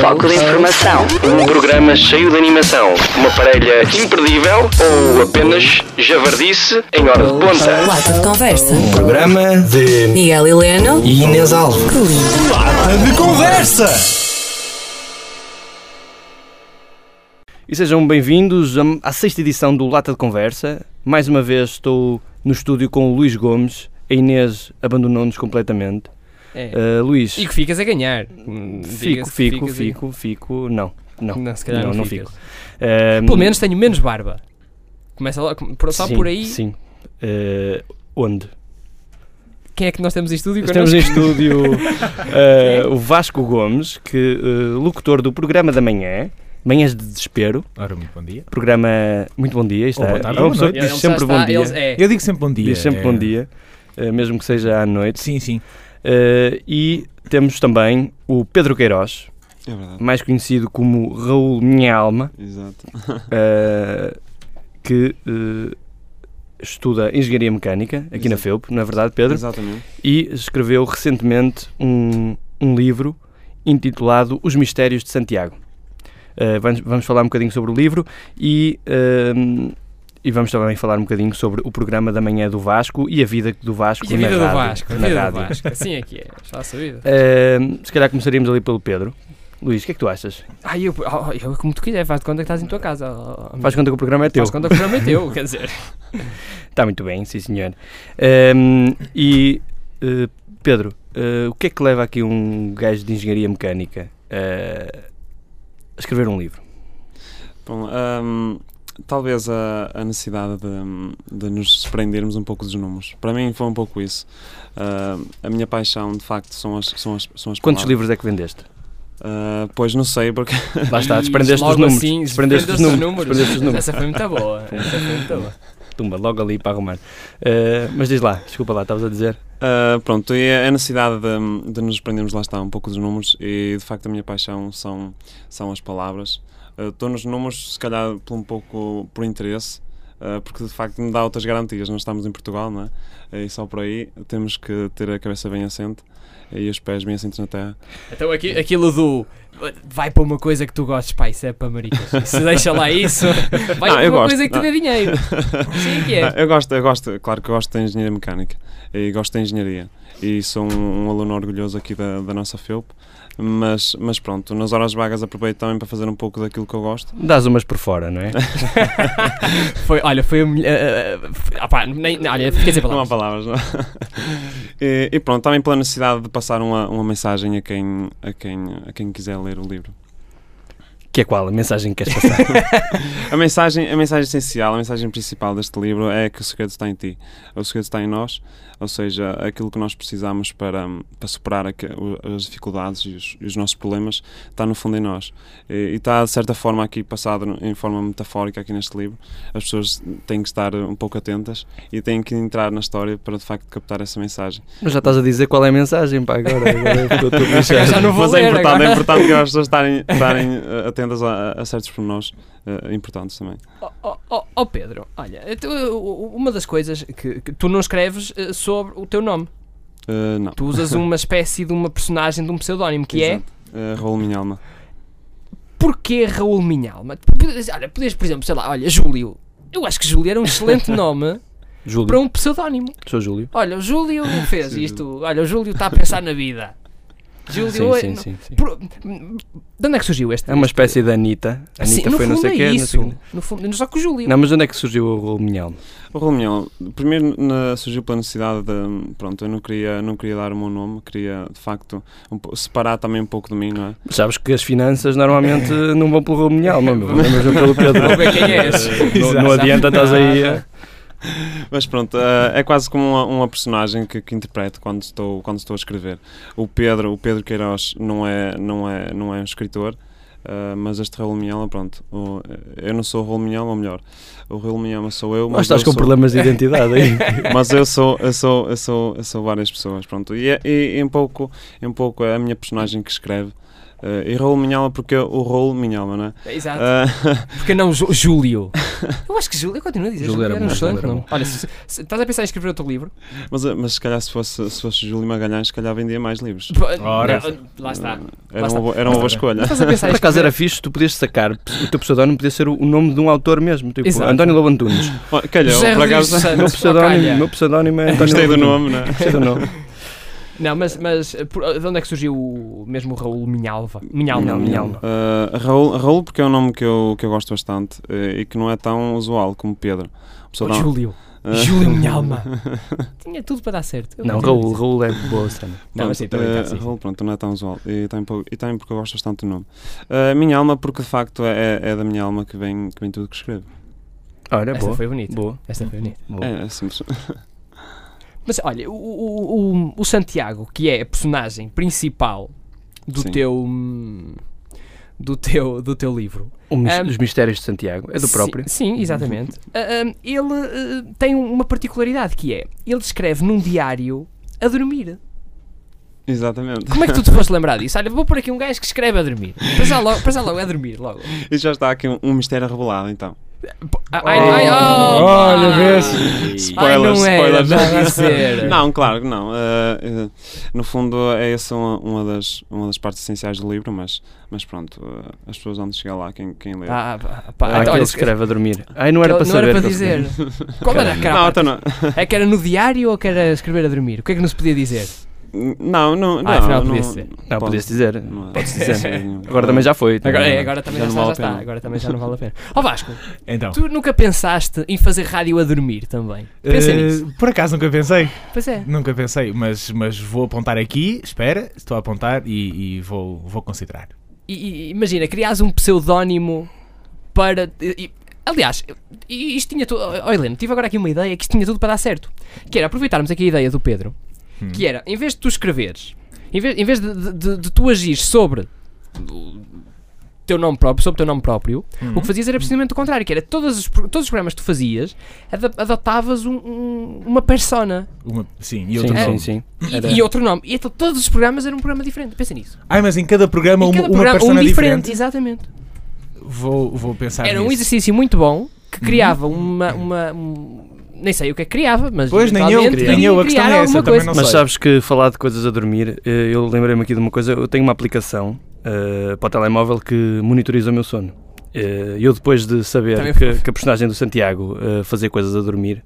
Foco de informação. Um programa cheio de animação, uma parelha imperdível ou apenas javardice em hora de ponta. Lata de conversa. Programa de Miguel e Leno. Inês Alves. Lata de conversa! E sejam bem-vindos a- à sexta edição do Lata de Conversa. Mais uma vez estou no estúdio com o Luís Gomes. A Inês abandonou-nos completamente. É. Uh, Luís, E que ficas a ganhar. fico, Diga-se que fico, ficas a- fico, fico. Não, não. Não, se calhar não, não, não ficas. Um, Pelo menos tenho menos barba. Começa lá, com- por- só sim, por aí. Sim. Uh, onde? Quem é que nós temos em estúdio? Nós temos em connosco? estúdio uh, o Vasco Gomes, que uh, locutor do programa da manhã, Manhãs de Desespero. Ora, muito bom dia. Programa. Muito bom dia. Está, Ou boa tarde, é uma boa pessoa noite. que Ele diz já sempre está- bom dia. eles- é. Eu digo sempre bom dia. Diz sempre é- bom dia, eh, mesmo que seja à noite. Sim, sim. Eh, e temos também o Pedro Queiroz, É verdade, mais conhecido como Raul Minha Alma, exato. eh, que eh, estuda Engenharia Mecânica aqui na Exato. FEUP, na verdade, Pedro, Exatamente. e escreveu recentemente um, um livro intitulado Os Mistérios de Santiago. Eh, vamos, vamos falar um bocadinho sobre o livro e, ehm, e vamos também falar um bocadinho sobre o programa da manhã do Vasco e a vida do Vasco E a na vida do rádio- Vasco. A na vida do rádio. Vasco. Assim é que é. Está a sua vida. Ahm, Ehm, se calhar começaríamos ali pelo Pedro. Luís, o que é que tu achas? Ah, eu, ah, eu- como tu quiser, faz de conta é que estás em tua casa. ó, ó, Faz conta que o programa é teu. Faz conta que prometeu, quer dizer. Está muito bem, sim senhor. Ahm, e eh, Pedro, eh, o que é que leva aqui um gajo de engenharia mecânica eh, a escrever um livro? Bom, ahm, talvez a, a necessidade de, de nos desprendermos um pouco dos números. Para mim foi um pouco isso. Ahm, a minha paixão, de facto, são as, são as, são as Quantos palavras. livros é que vendeste? Ah, pois não sei, porque Lá está, E desprendeste os logo números. Assim, desprendeste os números. Desprendeste os números. Essa foi muito boa. Essa foi muito boa. Tumba, logo ali para arrumar. Eh, mas diz lá, desculpa lá, estavas a dizer. Ah, pronto, e a, a necessidade de, de nos desprendermos lá está um pouco dos números e de facto a minha paixão são, são as palavras. Ah, Estou nos números, se calhar por um pouco por interesse, ah, porque de facto me dá outras garantias. Nós estamos em Portugal, não é? E só por aí temos que ter a cabeça bem assente e os pés bem assentes na terra. Então aqui- aquilo do. Vai para uma coisa que tu gostes, pá, isso é para maricas. Se deixa lá isso, vai Ah, para eu uma gosto. coisa que te dê Ah. dinheiro. Sim, que é. Ah, eu gosto, eu gosto, claro que eu gosto da engenharia mecânica e gosto da engenharia e sou um, um aluno orgulhoso aqui da, da nossa FEUP, mas, mas pronto, nas horas vagas aproveito também para fazer um pouco daquilo que eu gosto. Dás umas por fora, não é? Foi, olha, foi a melhor. ah, pá, nem, nem- olha, fiquei sem Não há palavras. palavras, não. Eh, e, e pronto, também pela necessidade de passar uma, uma mensagem a quem, a, quem, a quem quiser ler o livro. Que é qual? A mensagem que queres passar? A mensagem, a mensagem essencial, a mensagem principal deste livro é que o segredo está em ti, o segredo está em nós, ou seja, aquilo que nós precisamos para, para superar aque- o- as dificuldades e os, e os nossos problemas está no fundo em nós. E, e está, de certa forma, aqui passado no- em forma metafórica aqui neste livro. As pessoas têm que estar um pouco atentas e têm que entrar na história para, de facto, captar essa mensagem. Mas já estás a dizer qual é a mensagem, pá, agora. agora ficou tudo lixado. Já não vou Mas ler é importante, agora. é importante que as pessoas estarem, estarem eh, atentas a, a certos pormenores eh, importantes também. Ó ó, ó, ó, Pedro, olha, tu, u- u- uma das coisas que, que tu não escreves eh, sobre o teu nome. Eh, não. Tu usas uma espécie de uma personagem de um pseudónimo que é Exato. Eh, Raul Minha Alma. Porquê Raul Minhalma? Podias- Olha, podias, por exemplo, sei lá, olha, Júlio. Eu acho que Júlio era um excelente nome Júlio, para um pseudónimo. sou Júlio. Olha, o Júlio fez Sim, isto. Olha, o Júlio está a pensar na vida. Júlio, Sim, olha, sim, não- sim, sim. Por- de onde é que surgiu este? É uma espécie de Anitta. Anitta Sim, no foi fundo não sei é quê, não sei isso. o quê. no fundo, só que o Júlio. Não, mas onde é que surgiu o Raul Minha Alma? O Raul Minha Alma, primeiro na- surgiu pela necessidade de. Pronto, eu não queria, não queria dar o meu nome, queria de facto um po- separar também um pouco de mim, não é? Sabes que as finanças normalmente não vão pelo Raul Minha Alma, meu, mas vão pelo Pedro. Vou ver quem é és. Não, não adianta, estás aí. é. a- Mas pronto, eh, é quase como uma, uma personagem que, que interpreto quando estou, quando estou a escrever. O Pedro, o Pedro Queiroz não é, não é, não é um escritor, eh, mas este Raul Minhama, pronto. o- eu não sou o Raul Minhama, ou melhor, o Raul Minhama sou eu, Mas mas, estás eu com sou, problemas de identidade aí. mas eu sou, eu sou, eu sou, eu sou várias pessoas, pronto. E, é- e, e um pouco, é um pouco a minha personagem que escreve. eh, Eh, e Raul Minhalma, porque o Raul Minhalma, não é? Exato. Ah, Porque não Jú- Júlio? Eu acho que Júlio, eu continuo a dizer Júlio Júlio, era era um bom, excelente Júlio era nome. Olha, se, se- estás a pensar em escrever outro livro? mas, mas se calhar se fosse, se fosse Júlio Magalhães, se calhar vendia mais livros. Pô, Ora. não, lá está. Lá Era uma, está. boa- era uma boa escolha. Estás a pensar em Por acaso escrever... era fixe, tu podias sacar, o teu pseudónimo podia ser o o nome de um autor mesmo, tipo Exato. Ah, António Lobo Antunes. Oh, Calhou, José por Rodrigues acaso. O meu Santos, um pseudónimo, Ocalha. o meu pseudónimo é António Gostei do Lobo Antunes. nome, não é? Gostei do nome. Não, mas, mas eh, por- de onde é que surgiu o mesmo Raul Minhalva? Minhalva. Minhalma, Minhalma. Uh, Raul, Raul, porque é um nome que eu, que eu gosto bastante eh, e que não é tão usual como Pedro. O Pô, pseudónimo- Júlio. Ah. Júlio Minhalma. Tinha tudo para dar certo. Eu Não, continuo a Raul, dizer. Raul é boa cena. Não, mas sim, estou a brincar, eh, tá, sim, sim. Raul, pronto, não é tão usual. E também, po- e também porque eu gosto bastante do nome. Eh, minha alma, porque de facto é, é da minha alma que vem, que vem tudo que escrevo. Olha, Esta é boa. foi bonita. Boa. Esta foi bonita. boa. É, é simples. Mas olha, o, o, o- o Santiago, que é a personagem principal do Sim. teu. hum, Do teu, do teu livro. O Um mis- Ahm, Os Mistérios de Santiago, é do próprio. Sim, sim, exatamente. Ah, ah, ele ah, tem uma particularidade que é: ele escreve num diário a dormir. Exatamente. Como é que tu te foste lembrar disso? Olha, vou pôr aqui um gajo que escreve a dormir. Pensa logo, pensa logo a dormir, logo. Oh. E já está aqui um, um mistério revelado, então. Ah, ai, ai, oh, Olha, pá. vês? Ai, não Spoilers, era, spoilers. já ia ser. Não, claro que não. Eh, eh, no fundo, é essa uma, uma das, uma das partes essenciais do livro, mas, mas pronto, eh, as pessoas vão chegar lá, quem, quem lê. Ah, pá, pá, Ah, então, que olha, escreve- ele escreve a dormir. Ai, não era para não saber. era para que ele dizer. escrevia. Qual era a cara? não, então não. É que era no diário ou que era escrever a dormir? O que é que não se podia dizer? Não, não, não. Ah, afinal não, podia ser. Não, Pode. podias dizer. não é. Podes dizer. Sim, não. Agora também já foi. Agora, é, agora também já, Já está, já não vale a está. pena. Agora também já não vale a pena. Ó Vasco, Então. tu nunca pensaste em fazer rádio a dormir também? Pensa eh, nisso. Por acaso nunca pensei, Pois é. nunca pensei, mas, mas vou apontar aqui, espera, estou a apontar e, e vou, vou considerar. E, e- imagina, crias um pseudónimo para. e- e- aliás, e- isto tinha tudo. Oh, Helena, tive agora aqui uma ideia que isto tinha tudo para dar certo. Que era aproveitarmos aqui a ideia do Pedro. Hum. Que era, em vez de tu escreveres, em vez, em vez de, de- de- de tu agir sobre o teu nome próprio, sobre o teu nome próprio, o Hum. que fazias era precisamente o contrário, que era todos os, pro- todos os programas que tu fazias, ada- adotavas um- um- uma persona Uma, sim, e Sim, outro sim, nome. sim, sim. e- Era- e, outro nome. E então todos os programas eram um programa diferente. Pensa nisso. Ai, mas em cada programa, Em uma, cada uma programa, persona um diferente. exatamente. Vou, vou pensar Era um nisso. exercício muito bom que Uhum. criava uma. uma um- nem sei o que é que criava, mas. Pois, nem eu eventualmente criava. Nem eu, a criar questão é essa, alguma também coisa. não Mas sei. sabes que falar de coisas a dormir, eh, eu lembrei-me aqui de uma coisa, eu tenho uma aplicação eh, para o telemóvel que monitoriza o meu sono. Eh, eu depois de Também saber foi. que, que a personagem do Santiago eh, fazia coisas a dormir,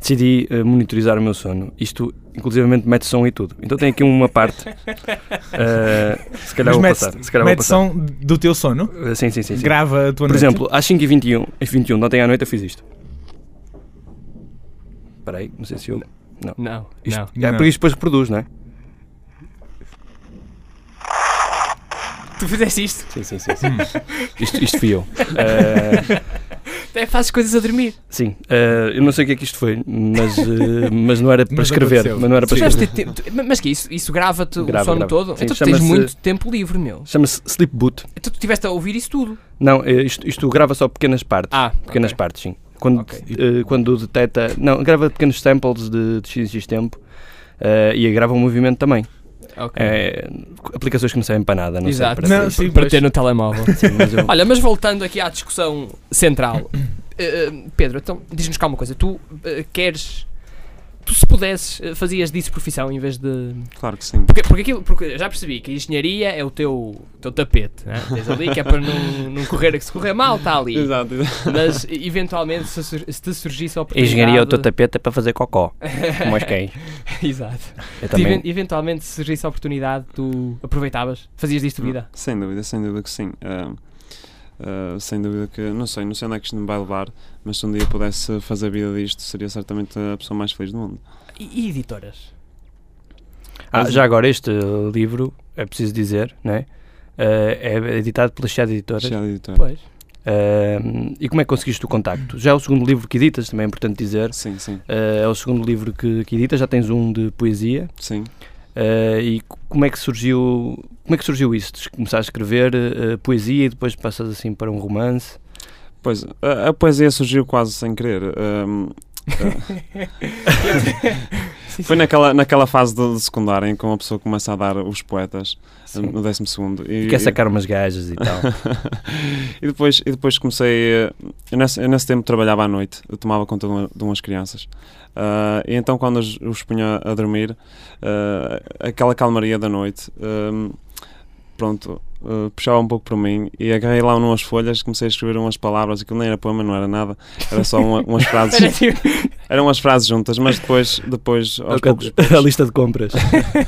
decidi eh, monitorizar o meu sono. Isto, inclusivamente, mete som e tudo. Então tem aqui uma parte. eh, se calhar Mas vou metes- passar. Se calhar vou mete passar. som do teu sono, Eh, sim, sim, sim. sim. grava a tua Por noite. exemplo, às 5h21, às 21 de ontem à noite eu fiz isto. Espera aí, não sei se eu... Não, Isto- não. É Não. porque isto depois reproduz, não é? Tu fizeste isto. Sim, sim, sim. sim. Hum. isto, isto fui eu. Eh, Até fazes coisas a dormir. sim, eh, eu não sei o que é que isto foi, mas, eh, mas não era para Mas escrever. aconteceu. Mas não era para Tu deves escrever. ter tempo- tu- mas que é isso? Isso grava-te Grava, o sono grava. todo? Sim, então tu tens chama-se- muito tempo livre, meu. Chama-se Sleep Boot. Então tu estiveste a ouvir isso tudo. Não, eh, isto, isto grava só pequenas partes. Ah, Pequenas ok. partes, sim. Quando, Ok. eh, quando detecta. Não, grava pequenos samples de, de X em X tempo eh, e grava o movimento também. Ok. Eh, aplicações que não servem para nada, não Exato. sei. Não, sim, Para pois. ter no telemóvel. Sim, mas eu- Olha, mas voltando aqui à discussão central, Eh, eh, Pedro, então diz-nos cá uma coisa. Tu eh, queres. Tu, se pudesses, eh, fazias disso profissão em vez de. Claro que sim. Porque, porque, aquilo, porque eu já percebi que a engenharia é o teu, teu tapete, né? tens ali que é para não, não correr, que se correr mal está ali. Exato, exato. Mas eventualmente se, sur- se te surgisse a A oportunidade. engenharia é o teu tapete é para fazer cocó. Como os cães. Exato. Eu Te também. even- eventualmente se surgisse a oportunidade, tu aproveitavas, fazias disto vida. Sem dúvida, sem dúvida que sim. Ah, ah, sem dúvida que, não sei, não sei onde é que isto me vai levar, mas se um dia pudesse fazer vida disto, seria certamente a pessoa mais feliz do mundo. E, e editoras? Ah, já agora, este livro, é preciso dizer, não é? Eh, é editado pela Chiado Editoras. Cheia de editora. Pois. Eh, e como é que conseguiste o contacto? Já é o segundo livro que editas, também é importante dizer. Sim, sim, Eh, é o segundo livro que, que editas, já tens um de poesia. sim. Eh, e co- como é que surgiu como é que surgiu isso? De Começaste a escrever eh, poesia e depois passas assim para um romance. Pois, hum, a, a poesia surgiu quase sem querer. ahm, ah. Foi naquela, naquela fase do, do secundário em que uma pessoa começa a dar os poetas eh, no décimo segundo. E, Quer sacar umas gajas e tal. e, depois, e depois comecei. eh, Eu nesse, eu nesse tempo trabalhava à noite, eu tomava conta de, uma- de umas crianças. Ah, e então, quando os, os punha a dormir, ah, aquela calmaria da noite, hum, pronto, ah, puxava um pouco para mim. E agarrei lá umas folhas, comecei a escrever umas palavras. Aquilo nem era poema, não era nada, era só uma- umas Era frases. tipo, Eram umas frases juntas, mas depois, depois aos poucos, a lista de compras.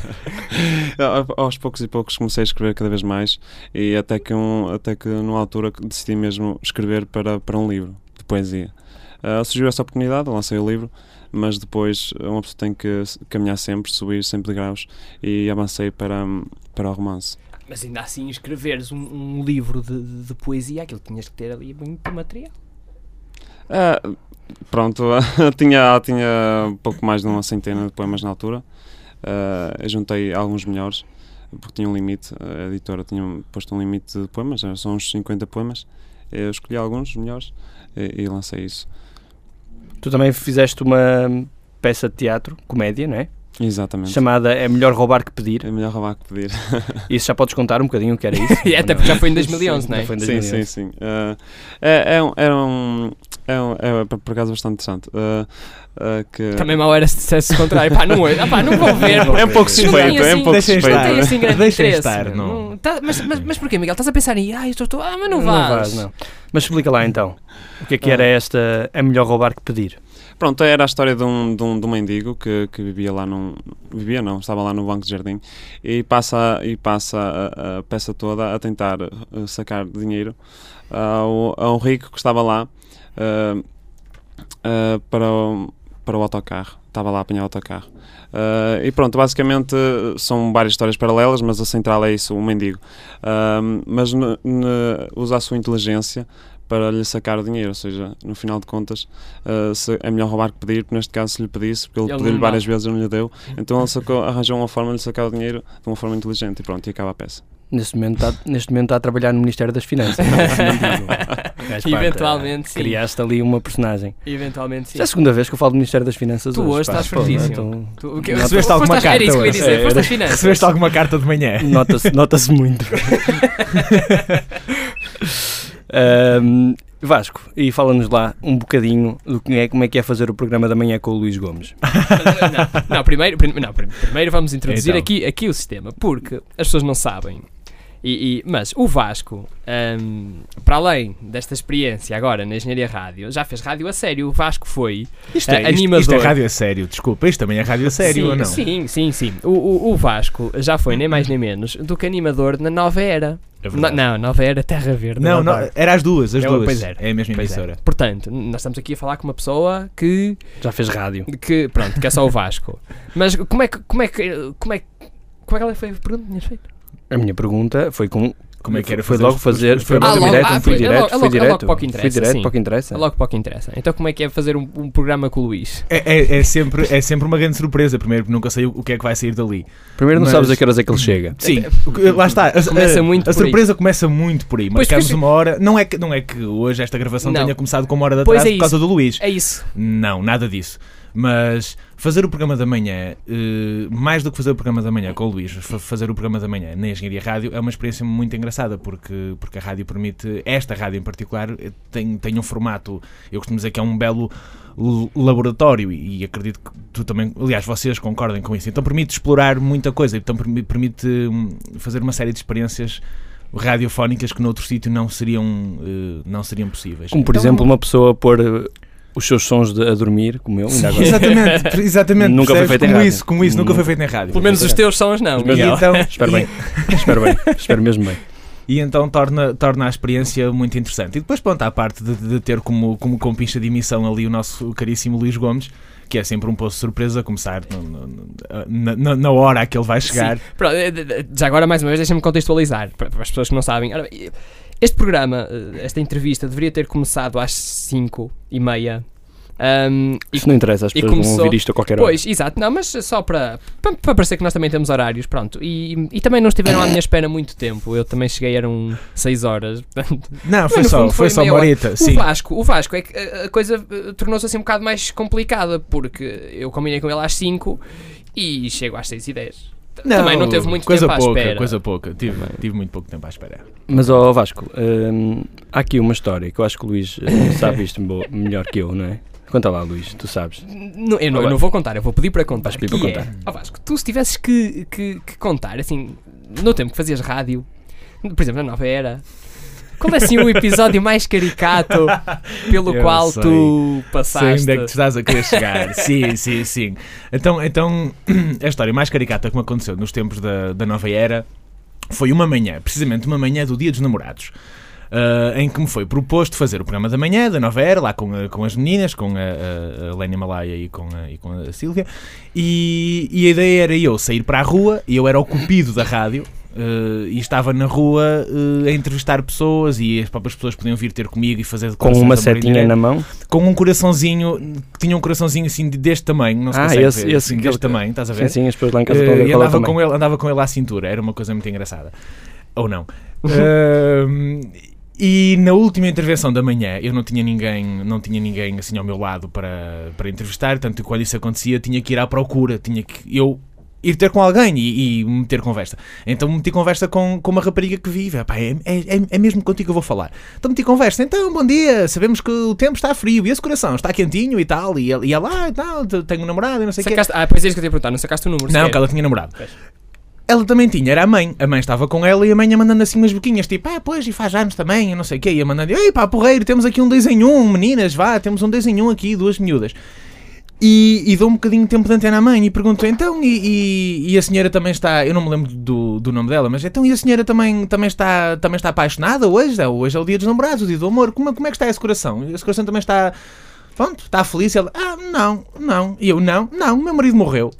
a- aos poucos e poucos comecei a escrever cada vez mais e até que, um, até que numa altura que decidi mesmo escrever para, para um livro de poesia. Ah, surgiu essa oportunidade, lancei o livro, mas depois uma pessoa tem que s- caminhar sempre, subir sempre de graus e avancei para, para o romance. Mas ainda assim, escreveres um, um livro de, de- de poesia, aquilo tinhas que ter ali muito material. Ah, pronto, tinha, tinha pouco mais de uma centena de poemas na altura, Ah, eu juntei alguns melhores. Porque tinha um limite, a editora tinha posto um limite de poemas, eram só uns 50 poemas, Eu escolhi alguns dos melhores e, e lancei isso. tu também fizeste uma peça de teatro, comédia, não é? Exatamente. Chamada É Melhor Roubar que Pedir. É melhor roubar que pedir. Isso já podes contar um bocadinho o que era isso? Até porque já foi em 2011, não é? Ainda foi em Sim, 2011. sim, sim. Ah, é, é um, era um, é um- é por- por acaso bastante interessante. Ah, ah, que Também mal era se dissesse o contrário. Pá, não, é- ah, pá, É. não vou ver. É um pouco Não tem suspeito, é assim- um pouco Deixem suspeito. Não tem estar. assim grande Deixem interesse. estar, não. tá- mas, mas, mas porquê, Miguel? Estás a pensar em. Ah, eu estou. Ah, mas não Ah. Não vais. vais, não. Mas explica lá então. O que é que era esta É Melhor Roubar que Pedir? Pronto, era a história de um, de um, de um mendigo que, que vivia lá num. Vivia não, estava lá no banco de jardim e passa, e passa a, a peça toda a tentar eh, sacar dinheiro ao, a um rico que estava lá eh, eh, para, o, para o autocarro. Estava lá a apanhar o autocarro. Eh, e pronto, basicamente eh, são várias histórias paralelas, mas a central é isso, o mendigo. Ah, mas ne- ne- usa a sua inteligência para lhe sacar o dinheiro, ou seja, no final de contas Uh, se- é melhor roubar que pedir, porque neste caso se lhe pedisse, porque ele, Ele não pediu-lhe dá. várias vezes e não lhe deu, então ele sacou- arranjou uma forma de lhe sacar o dinheiro de uma forma inteligente e pronto, e acaba a peça. Neste momento está, neste momento está a trabalhar no Ministério das Finanças. O gajo, pá, Eventualmente, sim. Criaste ali uma personagem. Eventualmente, sim. Já é a segunda vez que eu falo do Ministério das Finanças Tu hoje hoje. pá. estás Pô, fortíssimo. então, Tu, o que- Não, tu- recebeste foste alguma às- Era carta, isso que eu ia mas- dizer. é, Foste às finanças. Recebeste alguma carta de manhã? Nota-se nota-se muito. Ahm, Vasco, e fala-nos lá um bocadinho do que é, como é que é fazer o programa da manhã com o Luís Gomes. não, primeiro, prim- não, prim- primeiro vamos introduzir Então. aqui, aqui o sistema, porque as pessoas não sabem. E, e- mas o Vasco, hum, para além desta experiência agora na Engenharia Rádio, já fez rádio a sério. O Vasco foi Isto é- isto, isto é animador. rádio a sério, desculpa. Isto também é rádio a sério, sim, ou não? Sim, sim, sim. O, o- o Vasco já foi nem mais nem menos do que animador na Nova Era. É Na- verdade. não, Nova Era Terra Verde. Não, nada a não, ver. era as duas, as É, duas. pois era. É a mesma Pois é. emissora. Portanto, nós estamos aqui a falar com uma pessoa que Já fez rádio. que pronto, que é só o Vasco. Mas como é que como é que como é que como é que ela foi a pergunta que tinhas feito? A minha pergunta foi com. Como é que era Foi fazer logo os- fazer. os- Foi os- logo Ah, logo- direto, ah, foi foi- é direto, logo- é foi logo- é direto. logo para o que Foi interessa, direto sim. para o que interessa. É logo para o que interessa. Então como é que é fazer um, um programa com o Luís? É, é- é sempre, é sempre uma grande surpresa, primeiro, porque nunca sei o o que é que vai sair dali. Primeiro não Mas- sabes a que horas é que ele chega. Sim, o que- lá está. A, É, Começa a- muito a por aí. surpresa começa muito por aí. Pois, Marcamos pois- uma hora. Não é, que, não é que hoje esta gravação Não. tenha começado com uma hora de Pois atraso é por causa do Luís. É isso. Não, nada disso. Mas fazer o programa da manhã, eh, mais do que fazer o programa da manhã com o Luís, fa- fazer o programa da manhã na Engenharia Rádio é uma experiência muito engraçada, porque, porque a rádio permite, esta rádio em particular, eh, tem, tem um formato, eu costumo dizer que é um belo l- laboratório e, e acredito que tu também, aliás, vocês concordem com isso. Então permite explorar muita coisa, então permi- permite hum, fazer uma série de experiências radiofónicas que noutro sítio não seriam, eh, não seriam possíveis. Como por Então, exemplo uma pessoa pôr eh, os seus sons de- a dormir, como eu, ainda agora. Exatamente, per- exatamente. Nunca foi percebes? feito em como rádio. isso, como isso, nunca foi feito em rádio. Pelo menos os teus sons não. E Miguel. então, Espero bem, espero bem, espero mesmo bem. e então torna, torna a experiência muito interessante. E depois, pronto, há a parte de, de ter como, como compincha de emissão ali o nosso caríssimo Luís Gomes, que é sempre um poço de surpresa, a começar no- no- na, na- na hora a que ele vai chegar. Sim. Pronto, eh, de- de- já agora mais uma vez deixa-me contextualizar para, para as pessoas que não sabem. Ora bem, Este programa, eh, esta entrevista, deveria ter começado às 5 e meia Ahm, e Isso não interessa, as e pessoas vão começou- ouvir isto a qualquer hora. Pois, exato. Não, mas só para, para, para parecer que nós também temos horários, pronto. E, e também não estiveram à minha espera muito tempo. Eu também cheguei, eram 6 horas. Portanto, Não, foi no só, fundo foi foi só meia uma hora. horita. o Sim. Vasco, o Vasco é que a a coisa eh, tornou-se assim um bocado mais complicada, porque eu combinei com ele às 5 e chego às 6 e 10. também não teve muito coisa tempo à pouca, espera. Coisa pouca, tive, tive muito pouco tempo à espera. Mas, ó Vasco, hum, há aqui uma história que eu acho que o Luís hum, sabe isto bo- melhor que eu, não é? Conta lá, Luís, tu sabes. Não, eu, não, eu não vou contar, eu vou pedir para contar. Vais pedir para que contar. É, Ó Vasco, tu se tivesses que, que, que contar, assim, no tempo que fazias rádio, por exemplo, na nova era, qual é assim o episódio mais caricato pelo Eu qual sei. tu Sei passaste? onde é que tu estás a querer chegar. sim, sim, sim. Então, então a história mais caricata que me aconteceu nos tempos da, da nova era foi uma manhã, precisamente uma manhã do Dia dos Namorados. ah, em que me foi proposto fazer o programa da manhã da Nova Era, lá com, a- com as meninas, com a, a, a Lénia Malaya e com a, e com a Sílvia, e, e a ideia era eu sair para a rua, e eu era o cupido da rádio, ah, e estava na rua ah, a entrevistar pessoas, e as próprias pessoas podiam vir ter comigo e fazer Com declarações uma de amor e setinha direito na mão. com um coraçãozinho, que tinha um coraçãozinho assim de- deste tamanho, não se Ah, consegue esse- ver, esse- assim, deste aquele- tamanho, estás a ver? Sim, sim, as pessoas lá em casa estão a Eh, ver e qual é o andava, tamanho. com ele, andava com ele à cintura, era uma coisa muito engraçada. Ou não. Ahm, e na última intervenção da manhã eu não tinha ninguém, não tinha ninguém assim ao meu lado para, para entrevistar, tanto que quando isso acontecia tinha que ir à procura, tinha que eu ir ter com alguém e, e meter conversa. Então meti conversa com, com uma rapariga que vive. Epá, é, é, é mesmo contigo que eu vou falar. Então meti conversa. Então, bom dia. Sabemos que o tempo está frio e esse coração está quentinho e tal. E ela, e ela ah, e tal, tenho um namorado e não sei o quê. Sacaste- ah, pois é isso que eu te ia perguntar, não sacaste o número? Não, sequer? que ela tinha namorado. Ela também tinha, era a mãe. A mãe estava com ela e a mãe ia mandando assim umas boquinhas, tipo, ah, pois, e faz anos também, e não sei o quê. Ia mandando, ei pá, porreiro, temos aqui um desenho, um, meninas, vá, temos um desenho aqui, duas miúdas. E, e dou um bocadinho de tempo de antena à mãe e pergunto, então, e, e- e a senhora também está, eu não me lembro do, do nome dela, mas então, e a senhora também, também, está, também está apaixonada hoje? Ah, Hoje é o dia dos namorados, o dia do amor, como, é- como é que está esse coração? Esse coração também está, pronto, está feliz? Ela, ah, não, não. E eu, não, não, meu marido morreu.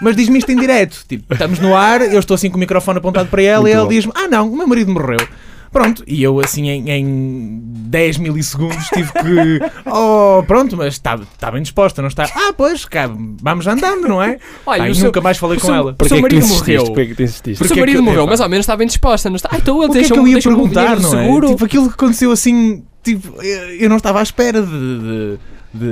Mas diz-me isto em direto. Tipo, estamos no ar, eu estou assim com o microfone apontado para ela e Muito ela bom. diz-me: Ah, não, o meu marido morreu. Pronto, e eu assim em, em 10 milissegundos tive que. Oh, pronto, mas está, está bem disposta, não está? Ah, pois, cá, vamos andando, não é? Olha, Pá, o e seu- nunca mais falei o com seu- ela. o Porquê seu é que tu marido insististe? morreu. Porquê que tu insististe? O seu Porque é que marido eu- morreu, epá. mas ao menos está bem disposta, não está? Ah, então ele O que é que deixa-me eu ia deixa-me o perguntar, dinheiro do não é? seguro. Tipo, aquilo que aconteceu assim, tipo, eu eu não estava à espera de. de,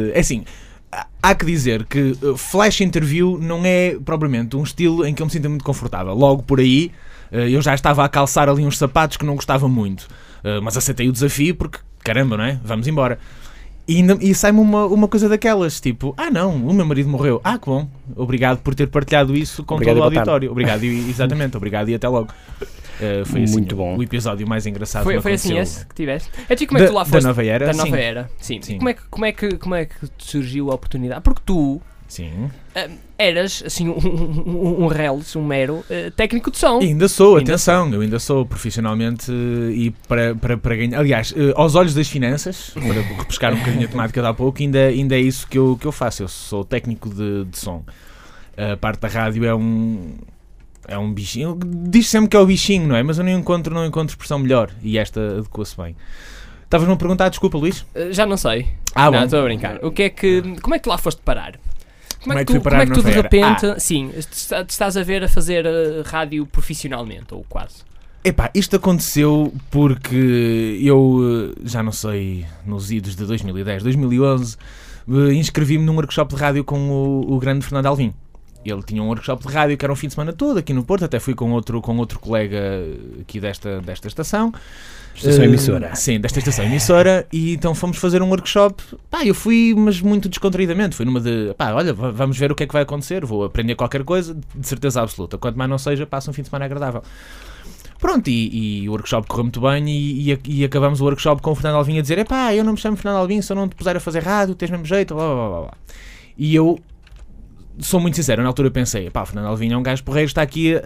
de- é assim. há- Há que dizer que uh, flash interview não é propriamente um estilo em que eu me sinto muito confortável. Logo por aí, uh, eu já estava a calçar ali uns sapatos que não gostava muito. Uh, Mas aceitei o desafio porque, caramba, não é? Vamos embora. E, ainda- e sai-me uma, uma coisa daquelas, tipo, ah não, o meu marido morreu. Ah, que bom. Obrigado por ter partilhado isso com Obrigado e todo o boa tarde. auditório. Obrigado, e, exatamente, obrigado e até logo. Uh, foi assim, Muito bom. o episódio mais engraçado que Foi, me foi assim aconteceu. esse que tiveste? É tu como é que Da- tu lá da foste? Nova Era, Da sim. Nova Era, sim. Sim. Como, é que, como, é que, como é que te surgiu a oportunidade? Porque tu Sim. eras, assim, um, um, um, um reles, um mero eh, técnico de som. E ainda sou, Ainda atenção, eu ainda sou profissionalmente eh, e para, para, para ganhar. Aliás, eh, aos olhos das finanças, para repescar um bocadinho a temática de há pouco, ainda, ainda é isso que eu, que eu faço. Eu sou técnico de, de som. A parte da rádio é um. É um bichinho. Diz sempre que é o bichinho, não é? Mas eu não encontro, não encontro expressão melhor e esta adequa-se bem. Estavas-me a perguntar, desculpa, Luís? Eh, já não sei. Ah, não, bom. estou a brincar. O que é que, como é que tu lá foste parar? Como, Como é é que que tu, fui parar como é que tu na de Nova Era? repente, sim, te está- te estás a ver a fazer eh, rádio profissionalmente, ou quase? Epá, isto aconteceu porque eu, eh, já não sei, nos idos de 2010, 2011, eh, inscrevi-me num workshop de rádio com o, o grande Fernando Alvim. Ele tinha um workshop de rádio que era um fim de semana todo aqui no Porto, até fui com outro, com outro colega aqui desta, desta estação. Estação Eh, emissora. Sim, desta estação emissora. E então fomos fazer um workshop. Pá, eu fui, mas muito descontraídamente. Fui numa de, pá, olha, va- vamos ver o que é que vai acontecer. Vou aprender qualquer coisa, de certeza absoluta. Quanto mais não seja, passa um fim de semana agradável. Pronto, e, e o workshop correu muito bem e, e, e acabamos o workshop com o Fernando Alvim a dizer Epá, eu não me chamo Fernando Alvim, se eu não te puser a fazer rádio, tens mesmo jeito, blá blá blá blá. E eu sou muito sincero, na altura pensei, pá, o Fernando Alvim é um gajo porreiro, está aqui a,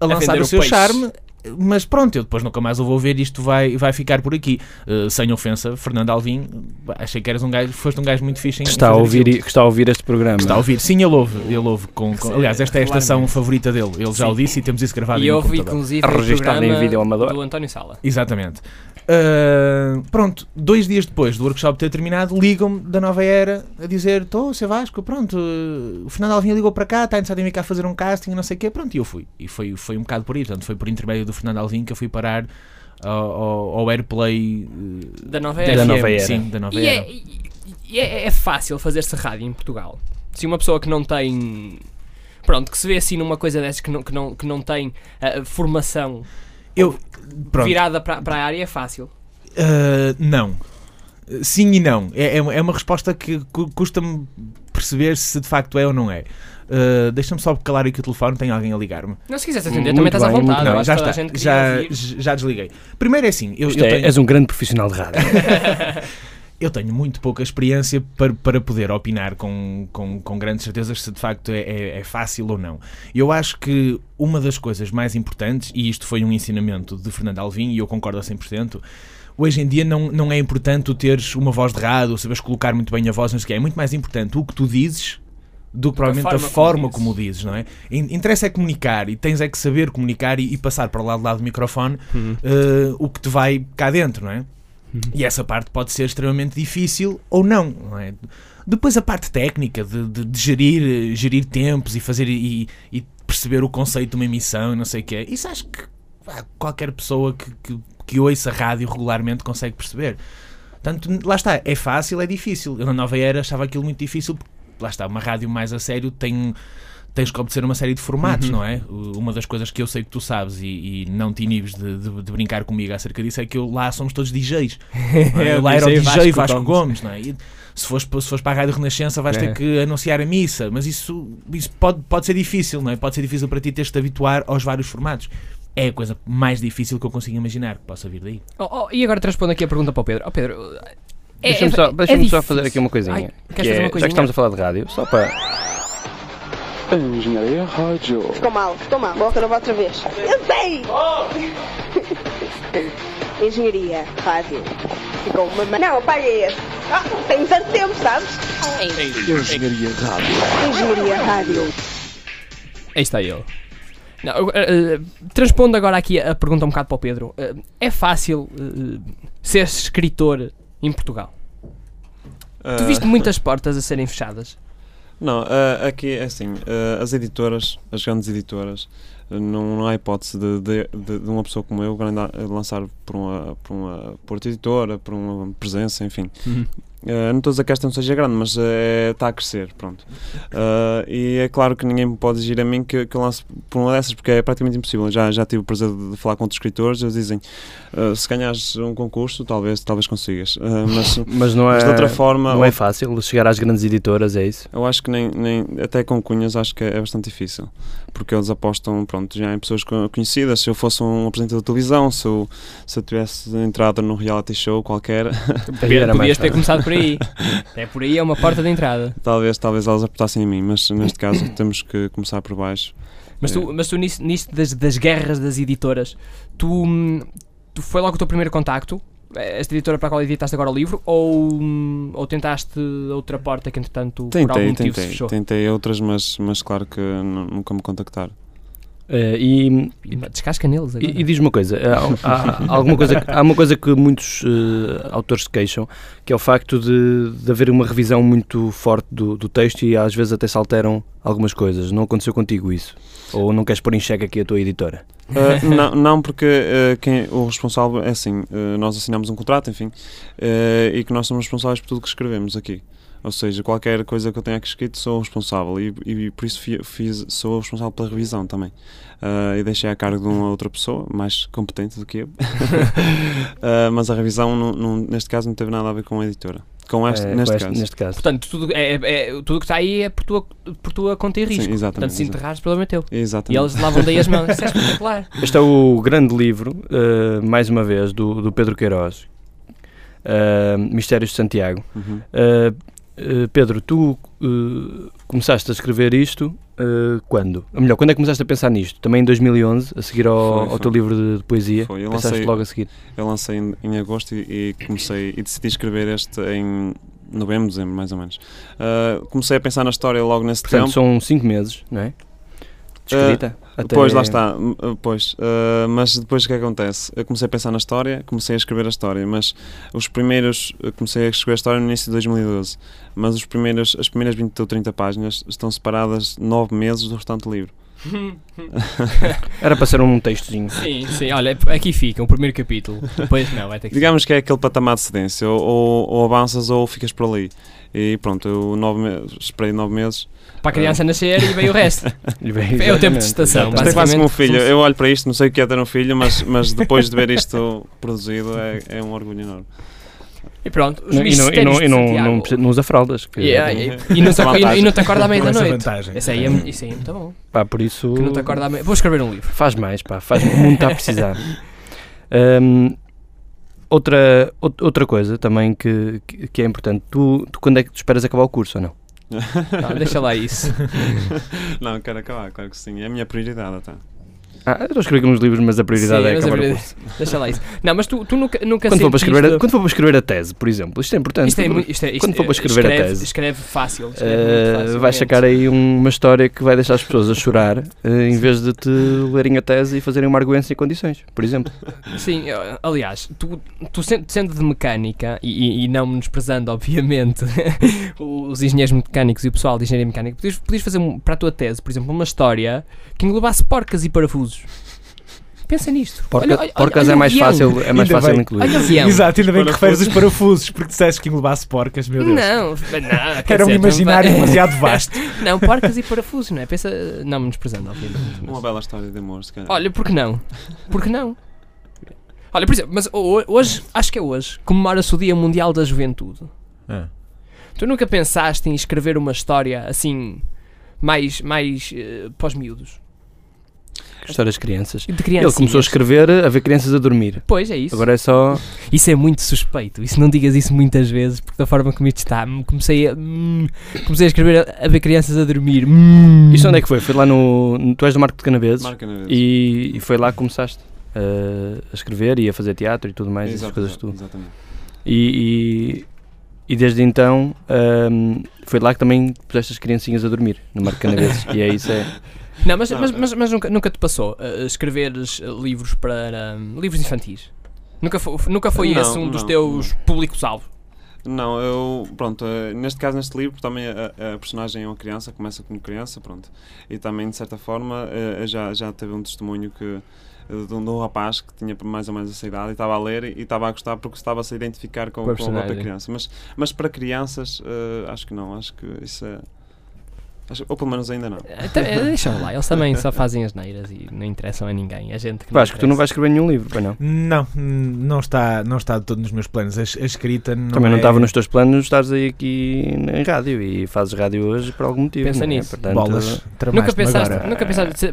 a lançar vender o o seu peixe." charme Mas pronto, eu depois nunca mais o vou ver isto vai, vai ficar por aqui. Eh, sem ofensa, Fernando Alvim, achei que eras um gajo, foste um gajo muito fixe em Que está, a fazer ouvir, aquilo. que está a ouvir este programa. Que está a ouvir. Sim, ele ouve. Ele ouve com, com- Aliás, esta é a estação favorita dele. Ele já o disse e temos isso gravado E aí no houve, computador. inclusive, A o registada em programa vídeo amador. do António Sala. Exatamente. Ah, pronto, dois dias depois do workshop ter terminado, ligam-me da nova era a dizer: Estou, seu Vasco, pronto. eh, O Fernando Alvim ligou para cá, está interessado em vir cá fazer um casting, não sei o quê. Pronto, e eu fui. E foi, foi um bocado por aí. Portanto, foi por intermédio do Fernando Alvim que eu fui parar ao, ao, ao Airplay eh, Da Nova É. Da Era. Nova FM, Era. Sim, da nova E, era. é, e- e é, é fácil fazer-se rádio em Portugal. Se uma pessoa que não tem. Pronto, que se vê assim numa coisa dessas que não, que não, que não tem ah, formação Eu, pronto. virada para para a área é fácil. Uh, não. Uh, Sim e não. É, é uma- é uma resposta que cu- custa-me perceber se de facto é ou não é. Uh, Deixa-me só calar aqui o telefone, tem alguém a ligar-me. Não, se quiseres atender, Muito também estás à bem, muito vontade. bem. Eu Não, Ah, acho já que toda está. a gente queria Já, ouvir. j- já desliguei. Primeiro é assim, eu, Isto eu é, tenho, És um grande profissional de rádio. eu tenho muito pouca experiência para, para poder opinar com, com, com grandes certezas se de facto é, é- é fácil ou não. Eu acho que uma das coisas mais importantes, e isto foi um ensinamento de Fernando Alvim, e eu concordo a 100%, Hoje em dia não, não é importante tu teres uma voz de rádio, ou saberes colocar muito bem a voz, não sei o quê. É muito mais importante o que tu dizes do que provavelmente a forma como forma dizes. como o dizes, não é? In- Interessa é comunicar e tens é que saber comunicar e, e passar para lá do lado do microfone eh, o que te vai cá dentro, não é? E essa parte pode ser extremamente difícil ou não, não é? Depois a parte técnica de, de- de gerir, eh, gerir tempos e fazer e, e perceber o conceito de uma emissão e não sei o que é. Isso acho que pá, qualquer pessoa que, que, que ouça rádio regularmente consegue perceber. Portanto, lá está, é fácil, é difícil. Eu na nova era achava aquilo muito difícil, porque lá está, uma rádio mais a sério tem. Tens que obedecer uma série de formatos, não é? U- Uma das coisas que eu sei que tu sabes e, e não te inibes de, de- de brincar comigo acerca disso é que eu, lá somos todos DJs. não é? É, Eu o lá era o DJ DJ Vasco, Vasco Gomes, É. não é? E se, fores, pa- se fores para a Rádio Renascença vais ter que anunciar a missa, mas isso, isso pode, pode ser difícil, não é? Pode ser difícil para ti teres de te habituar aos vários formatos. É a coisa mais difícil que eu consigo imaginar que possa vir daí. Oh, oh, e agora transpondo aqui a pergunta para o Pedro. Oh, Pedro, é, Deixa-me é- só, é deixa-me só difícil. fazer aqui uma coisinha. Ai, que queres fazer é, uma Já coisinha? que estamos a falar de rádio, só para. Engenharia Rádio. Ficou mal, ficou mal. Bota, gravar outra vez. Eu sei! Engenharia, rádio. Ficou uma. ma- Não, apaga esse. Ah, tem tanto tempo, sabes? Engenharia Rádio. Engenharia, rádio. Aí está ele. Não, eu, eh, eh, transpondo agora aqui a pergunta um bocado para o Pedro. Eh, é fácil eh, ser escritor em Portugal? Eh. Tu Ah, viste muitas portas a serem fechadas? Não, ah, aqui é assim, ah, as editoras, as grandes editoras, ah, não, não há hipótese de, de- de- de uma pessoa como eu grande- ah, lançar por uma, por uma por outra editora, por uma presença, enfim. Uhum. Ah, não estou a dizer que esta não seja grande, mas ah, é- está a crescer, pronto. Ah, e é claro que ninguém me pode exigir a mim que, que eu lance por uma dessas, porque é praticamente impossível. Já, já tive o prazer de, de falar com outros escritores, eles dizem, ah, se ganhares um concurso, talvez, talvez consigas. Ah, mas, Mas não é. mas de outra forma, não é fácil chegar às grandes editoras, é isso? eu acho que nem, nem até com cunhas acho que é bastante difícil, porque eles apostam pronto, já em pessoas co- conhecidas. Se eu fosse um apresentador de televisão, se eu, se eu tivesse entrado num reality show qualquer, Aí era mais Podias ter fácil. começado por aí. É por aí, é uma porta de entrada. talvez, talvez elas apostassem em mim, mas neste caso temos que começar por baixo. Mas É. tu, mas tu nisso, nisto das, das guerras das editoras, tu, hum, tu foi logo o teu primeiro contacto? eh, Esta editora para a qual editaste agora o livro? Ou, hum, ou tentaste outra porta que entretanto por algum Tentei, motivo se tentei, fechou? tentei outras, mas, mas claro que nu- nunca me contactaram. Eh, e, E- Descasca neles agora. e, e diz-me uma coisa: há, há- há alguma coisa há uma coisa que muitos eh, autores se queixam, que é o facto de, de haver uma revisão muito forte do, do texto e às vezes até se alteram algumas coisas. Não aconteceu contigo isso? Ou não queres pôr em xeque aqui a tua editora? Uh, não, não, porque uh, quem, o responsável é assim, uh, nós assinamos um contrato, enfim, uh, e que nós somos responsáveis por tudo que escrevemos aqui. Ou seja, qualquer coisa que eu tenha aqui escrito sou o responsável e, e por isso fi- fiz, sou o responsável pela revisão também. Uh, e deixei a cargo de uma outra pessoa, mais competente do que eu. Uh, mas a revisão, não- não- neste caso, não teve nada a ver com a editora. Com este, É, Eh, neste com este- caso. neste caso. Portanto, tudo, é, é- tudo que está aí é por tua, por tua conta e risco. Sim, exatamente. Portanto, se exatamente. enterrares, problema é teu. E Exatamente. eles lavam daí as mãos. Isso é espetacular. Este é o grande livro, eh, mais uma vez, do, do Pedro Queiroz, eh, Mistérios de Santiago. Uhum. ah, Eh, eh, Pedro, tu eh, começaste a ah, escrever isto eh, quando? Ou melhor, quando é que começaste a pensar nisto? Também em 2011, a seguir ao, Foi, ao foi. teu livro de, de poesia? Foi, eu pensaste lancei- logo a seguir? Eu lancei em, em agosto e, e comecei e decidi escrever este em novembro, dezembro, mais ou menos. Ah, comecei a pensar na história logo nesse Portanto, tempo. são 5 meses, não é? De Eh, escrita? até- Pois, lá está, hum, pois. Ah, mas depois o que é que acontece? Eu comecei a pensar na história, comecei a escrever a história, mas os primeiros, eu comecei a escrever a história no início de 2012, mas os primeiros, as primeiras 20 ou 30 páginas estão separadas 9 meses do restante livro. Era para ser um textozinho. Sim, sim, olha, aqui fica o primeiro capítulo. Depois não, vai ter que ser. Digamos que é aquele patamar de cedência, ou, ou, ou avanças ou ficas por ali. E pronto, eu nove me- esperei 9 meses. Para a criança nascer e vem o resto. É o tempo de estação, Isto é quase como um basicamente. filho. Eu olho para isto, não sei o que é ter um filho, mas, mas depois de ver isto produzido é, é um orgulho enorme. E pronto, os Não, e não, e não, e não, não, precisa- mistérios não usa fraldas. que- é- Yeah, e, e não te, aco- e, e não te acorda à Com essa meia-noite. vantagem. Isso aí, é, mu- isso aí é muito bom. Pá, por isso. Que não te acorda à meia Vou escrever um livro. Faz mais, pá, faz, o mundo está a precisar. Hum, outra, out- outra coisa também que, que que é importante, tu, tu quando é que tu esperas acabar o curso ou não? Tá, deixa lá isso. Não, quero acabar, claro que sim. É a minha prioridade até. Ah, eu estou a escrever aqui uns livros, mas a prioridade Sim, é mas a acabar o verdade- curso. Deixa lá isso. Não, mas tu, tu nunca, nunca Quando for, para escrever, a- sentiste- quando for para escrever a tese, por exemplo, isto é importante. Isto é, tu- mu- isto é, isto quando for é- para escrever a escreve, tese. Escreve fácil. Escreve muito eh, facilmente. vais sacar aí um, uma história que vai deixar as pessoas a chorar eh, em vez de te lerem a tese e fazerem uma arguência em condições, por exemplo. Sim, eu- aliás, tu, tu sen- sendo de mecânica, e, e- e não menosprezando, obviamente, os engenheiros mecânicos e o pessoal de engenharia mecânica, podias, podias fazer um- para a tua tese, por exemplo, uma história que englobasse porcas e parafusos. Pensa nisto. Porca, Olha- olha- porcas olha é o mais guião. fácil, é mais Ainda fácil bem. incluir. Olha um o guião. Exato, ainda bem que Parafusos. referes os parafusos, porque disseste que englobasse porcas, meu Deus. Não, mas não, quer Era um então dizer, tá. imaginário também- demasiado vasto. Não, porcas e parafusos, não é? Pensa, não menosprezando, obviamente. mas- Uma bela história de amor, se calhar. Olha, porque não? Porque não? Olha, por exemplo, mas ho- hoje, acho que é hoje, comemora-se o Dia Mundial da Juventude. É. Ah. Tu nunca pensaste em escrever uma história assim, mais, mais eh, para os miúdos? Histórias de crianças. De Ele crianças. começou a escrever a ver crianças a dormir. Pois, é isso. Agora é só. Isso é muito suspeito. Isso não digas isso muitas vezes, porque da forma como isto está, hum, comecei a, hum, comecei a escrever a, a ver crianças a dormir. Hum. Isto onde é que foi? Foi lá no. no- Tu és do Marco de Canaveses Marca na vida. e, e foi lá que começaste uh, a escrever e a fazer teatro e tudo mais, essas Exato, coisas exato, tudo. Exatamente. E, e, e desde então um, foi lá que também puseste as criancinhas a dormir no Marco de Canaveses. e é isso, é. Não, mas, Não, mas, é- mas, mas nunca, nunca te passou eh, escreveres eh, livros para hum, livros infantis? Nunca foi, nunca foi Não, esse um dos não, teus públicos-alvo? Não, eu, pronto, eh, neste caso, neste livro, também a, a personagem é uma criança, começa como criança, pronto. E também, de certa forma, eh, já, já teve um testemunho que, eh, de um, de um rapaz que tinha mais ou menos essa idade e estava a ler e e estava a gostar porque estava a se identificar com, Com a com outra personagem. criança. Mas, mas para crianças, eh, acho que não, acho que isso é. acho- ou pelo menos ainda não. Eh, tam- eh, Deixa-me lá, eles também só fazem as neiras e não interessam a ninguém. A gente que Pá, acho que tu não interessa. vais escrever nenhum livro, pois não? Não, não está, não está de todo nos meus planos. A, a escrita não também não é- estava nos teus planos estares aí aqui em rádio e fazes rádio hoje por algum motivo. Pensa não é? nisso. Portanto, Bolas, Nunca tramaste-me pensaste, agora. eh, nunca pensaste. se-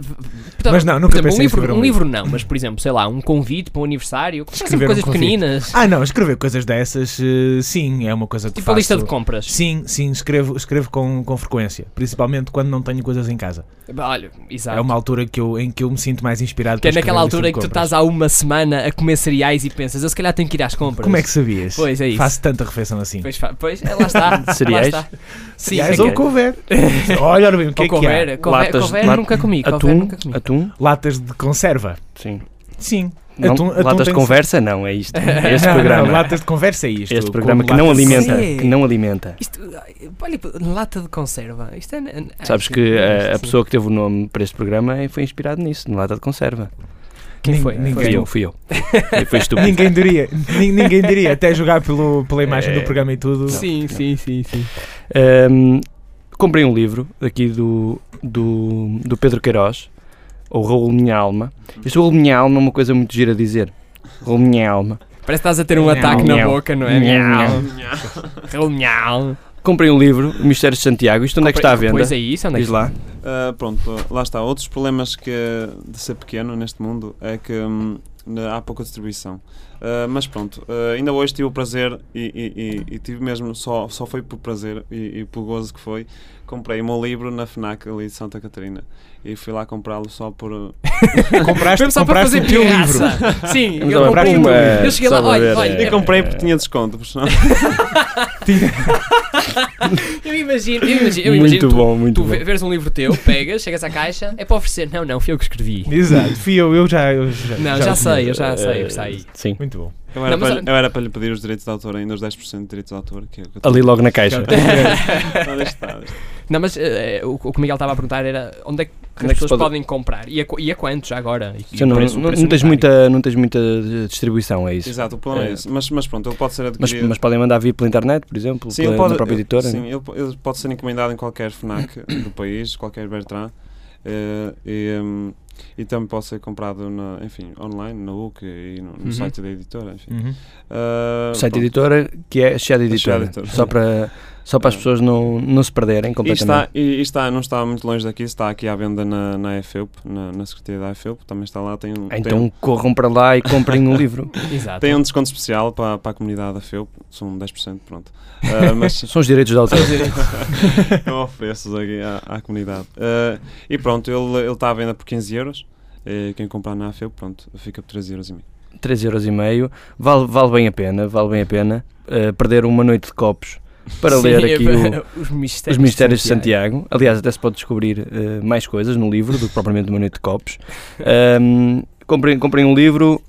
Mas não, nunca por exemplo, pensei em um livro, escrever um um livro não, mas por exemplo, sei lá, um convite para um aniversário, Escrever sempre um coisas convite. pequeninas, Ah, não, escrever coisas dessas, eh, sim, é uma coisa que tipo faço. a lista de compras. Sim, sim, escrevo, escrevo com, com frequência, principalmente quando não tenho coisas em casa. Bah, Olha, exato. É uma altura que eu, em que eu me sinto mais inspirado que é para escrever naquela lista altura de em que tu compras. estás há uma semana a comer cereais e pensas, eu se calhar tenho que ir às compras. Como é que sabias? Pois, é isso. Faço tanta refeição assim. Pois, fa- pois é, lá está. Cereais? Lá está. Sim, Aliás, é ou que- couver. Olha, ora bem, o que ou é que há? couver, couver, Latas- couver lat- nunca comi, couver Atum, nunca comi. atum, Latas de conserva. sim. Sim. Não, Atum- atum latas de tem- conversa? Não, é isto. É este Não, não, programa. latas de conversa é isto. Este programa Como que não latas- alimenta, Sim. que não alimenta. Isto, olha, lata de conserva. Isto é, ah, Sabes isto- que eh, a, a sim. pessoa que teve o nome para este programa eh, foi inspirado nisso, na lata de conserva. Quem Nin- foi? ninguém. Fui eu, fui eu. E foi estúpido. Ninguém diria, nin- ninguém diria, até jogar pelo, pela imagem do programa e tudo. Sim, sim, sim, sim. Ahm, comprei um livro aqui do, do, do Pedro Queiroz, ou Raul Minha Alma. Este Raul Minha Alma é uma coisa muito gira a dizer. Raul Minha Alma. Parece que estás a ter um ataque na Miau. boca, não é? Miau. Miau. Miau. Comprei um livro, Mistérios de Santiago. Isto onde é que está à venda? Pois é isso, onde é que Diz lá. Ah, pronto, lá está. Outros problemas que de ser pequeno neste mundo é que hum, na- há pouca distribuição. Uh, mas pronto, uh, ainda hoje tive o prazer e, e- e- e tive mesmo, só, só foi por prazer e, e pelo gozo que foi. Comprei o meu livro na FNAC ali de Santa Catarina e fui lá comprá-lo só por. uh, Compraste, Mesmo só para compraste fazer um o teu livro. pirraça. Sim, Mas eu olha, comprei. pumba, Eu cheguei lá, só para olha, ver, olha. é. E comprei porque tinha desconto, porque senão. Eu imagino, eu imagino, eu Muito imagino tu- bom, muito tu bom. ve- veres um livro teu, pegas, chegas à caixa, é para oferecer. Não, não, fui eu que escrevi. Exato, fui eu, eu já. Eu já Não, já sei, eu já sei o que está aí. Eh, Sim. Muito bom. Eu era, Não, mas para, olha- lhe- eu era para lhe pedir os direitos de autor ainda, os 10% de direitos de autor. Que, que eu Ali logo na caixa. Ah, deixa estar, deixa estar. Não, mas eh, o, o que o Miguel estava a perguntar era onde é que as Onde é que se pessoas pode- podem comprar e a, qu- e a quanto já agora? E, Tu e o não, preço- o não- preço não tens unitário. muita, não tens muita eh, distribuição, é isso? é Exato, o problema é esse. Mas, mas pronto, ele pode ser Mas, adquirido. mas podem mandar vir pela internet, por exemplo, Sim, pela, ele pode, na tipo, própria ele- editora. né? Sim, ele, po- ele pode ser encomendado em qualquer FNAC do país, qualquer Bertrand. eh, e, hum, e também pode ser comprado na, enfim, online, na UC e no, no Uhum. site da editora. Enfim. Uhum. Eh, Site pronto. editora que é Shadow Editora. Shadow Editora. Só para, só para as É. pessoas não, não se perderem E está, completamente. e, e está, não está muito longe daqui, está aqui à venda na, na FEUP, na, na Secretaria da FEUP, também está lá, tem um, Ah, tem Então um- corram para lá e comprem um livro. Exato. tem um desconto especial para, para a comunidade da FEUP, são 10%, pronto. Eh, mas São os direitos de autor. eu É um ofereço aqui à, à comunidade. Eh, e pronto, ele ele está à venda por 15 euros. eh, quem comprar na AFEU, pronto, fica por 13 euros e meio. 3,5€. Vale, vale bem a pena, vale bem a pena eh, perder uma noite de copos um para Sim, é é ler aqui o, os mistérios, Os Mistérios de Santiago. Aliás, até se pode descobrir eh, mais coisas no livro do que propriamente uma noite de copos. Ahm, comprem, comprem um livro,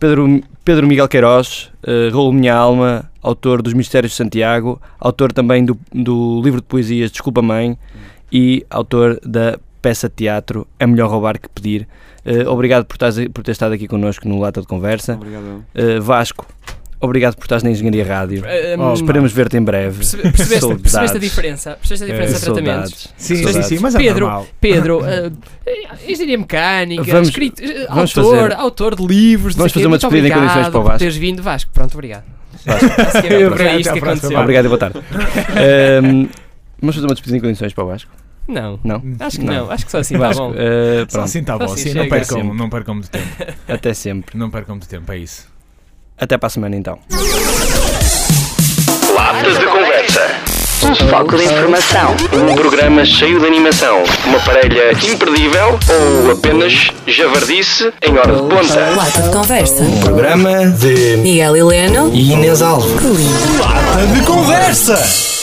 Pedro, Pedro Miguel Queiroz, eh, Raul Minha Alma, autor dos Mistérios de Santiago, autor também do, do livro de poesias Desculpa Mãe e autor da peça de teatro É Melhor Roubar Que Pedir. Eh, obrigado por, estás- por ter estado aqui connosco no Lata de Conversa. Obrigado. Eh, Vasco, obrigado por estás na Engenharia Rádio. Eh, hum, Oh, Esperamos ver-te em breve. percebe- Percebeste, percebeste a Saudades. É, diferença? Percebeste a diferença de tratamentos? Saudades. Sim, sim, Saudades. sim, mas é Pedro, normal. Pedro, eh, engenharia mecânica, Vamos- escrito, eh, vamos autor, fazer- autor de livros, não Vamos sei o quê. fazer uma Muito despedida em obrigado condições para o por Vasco. Teres vindo, Vasco, pronto, obrigado. Vasco. Basicamente, Obrigado, Foi é até isto à que próxima. aconteceu. Obrigado e boa tarde. Ahm, vamos fazer uma despedida em condições para o Vasco? Não, Não? acho que não, acho que só assim está Vasco, bom. ah, Só pronto, assim está Só bom, assim sim, não chega. percam, não percam muito tempo. até sempre. Não percam muito tempo, é isso. Até para a semana então. Lata de conversa. Um foco de informação. Um programa cheio de animação. Uma parelha imperdível ou apenas javardice em hora de ponta. Lata de conversa. Programa de Miguel Heleno. Inês Alves. Clean. Lata de conversa.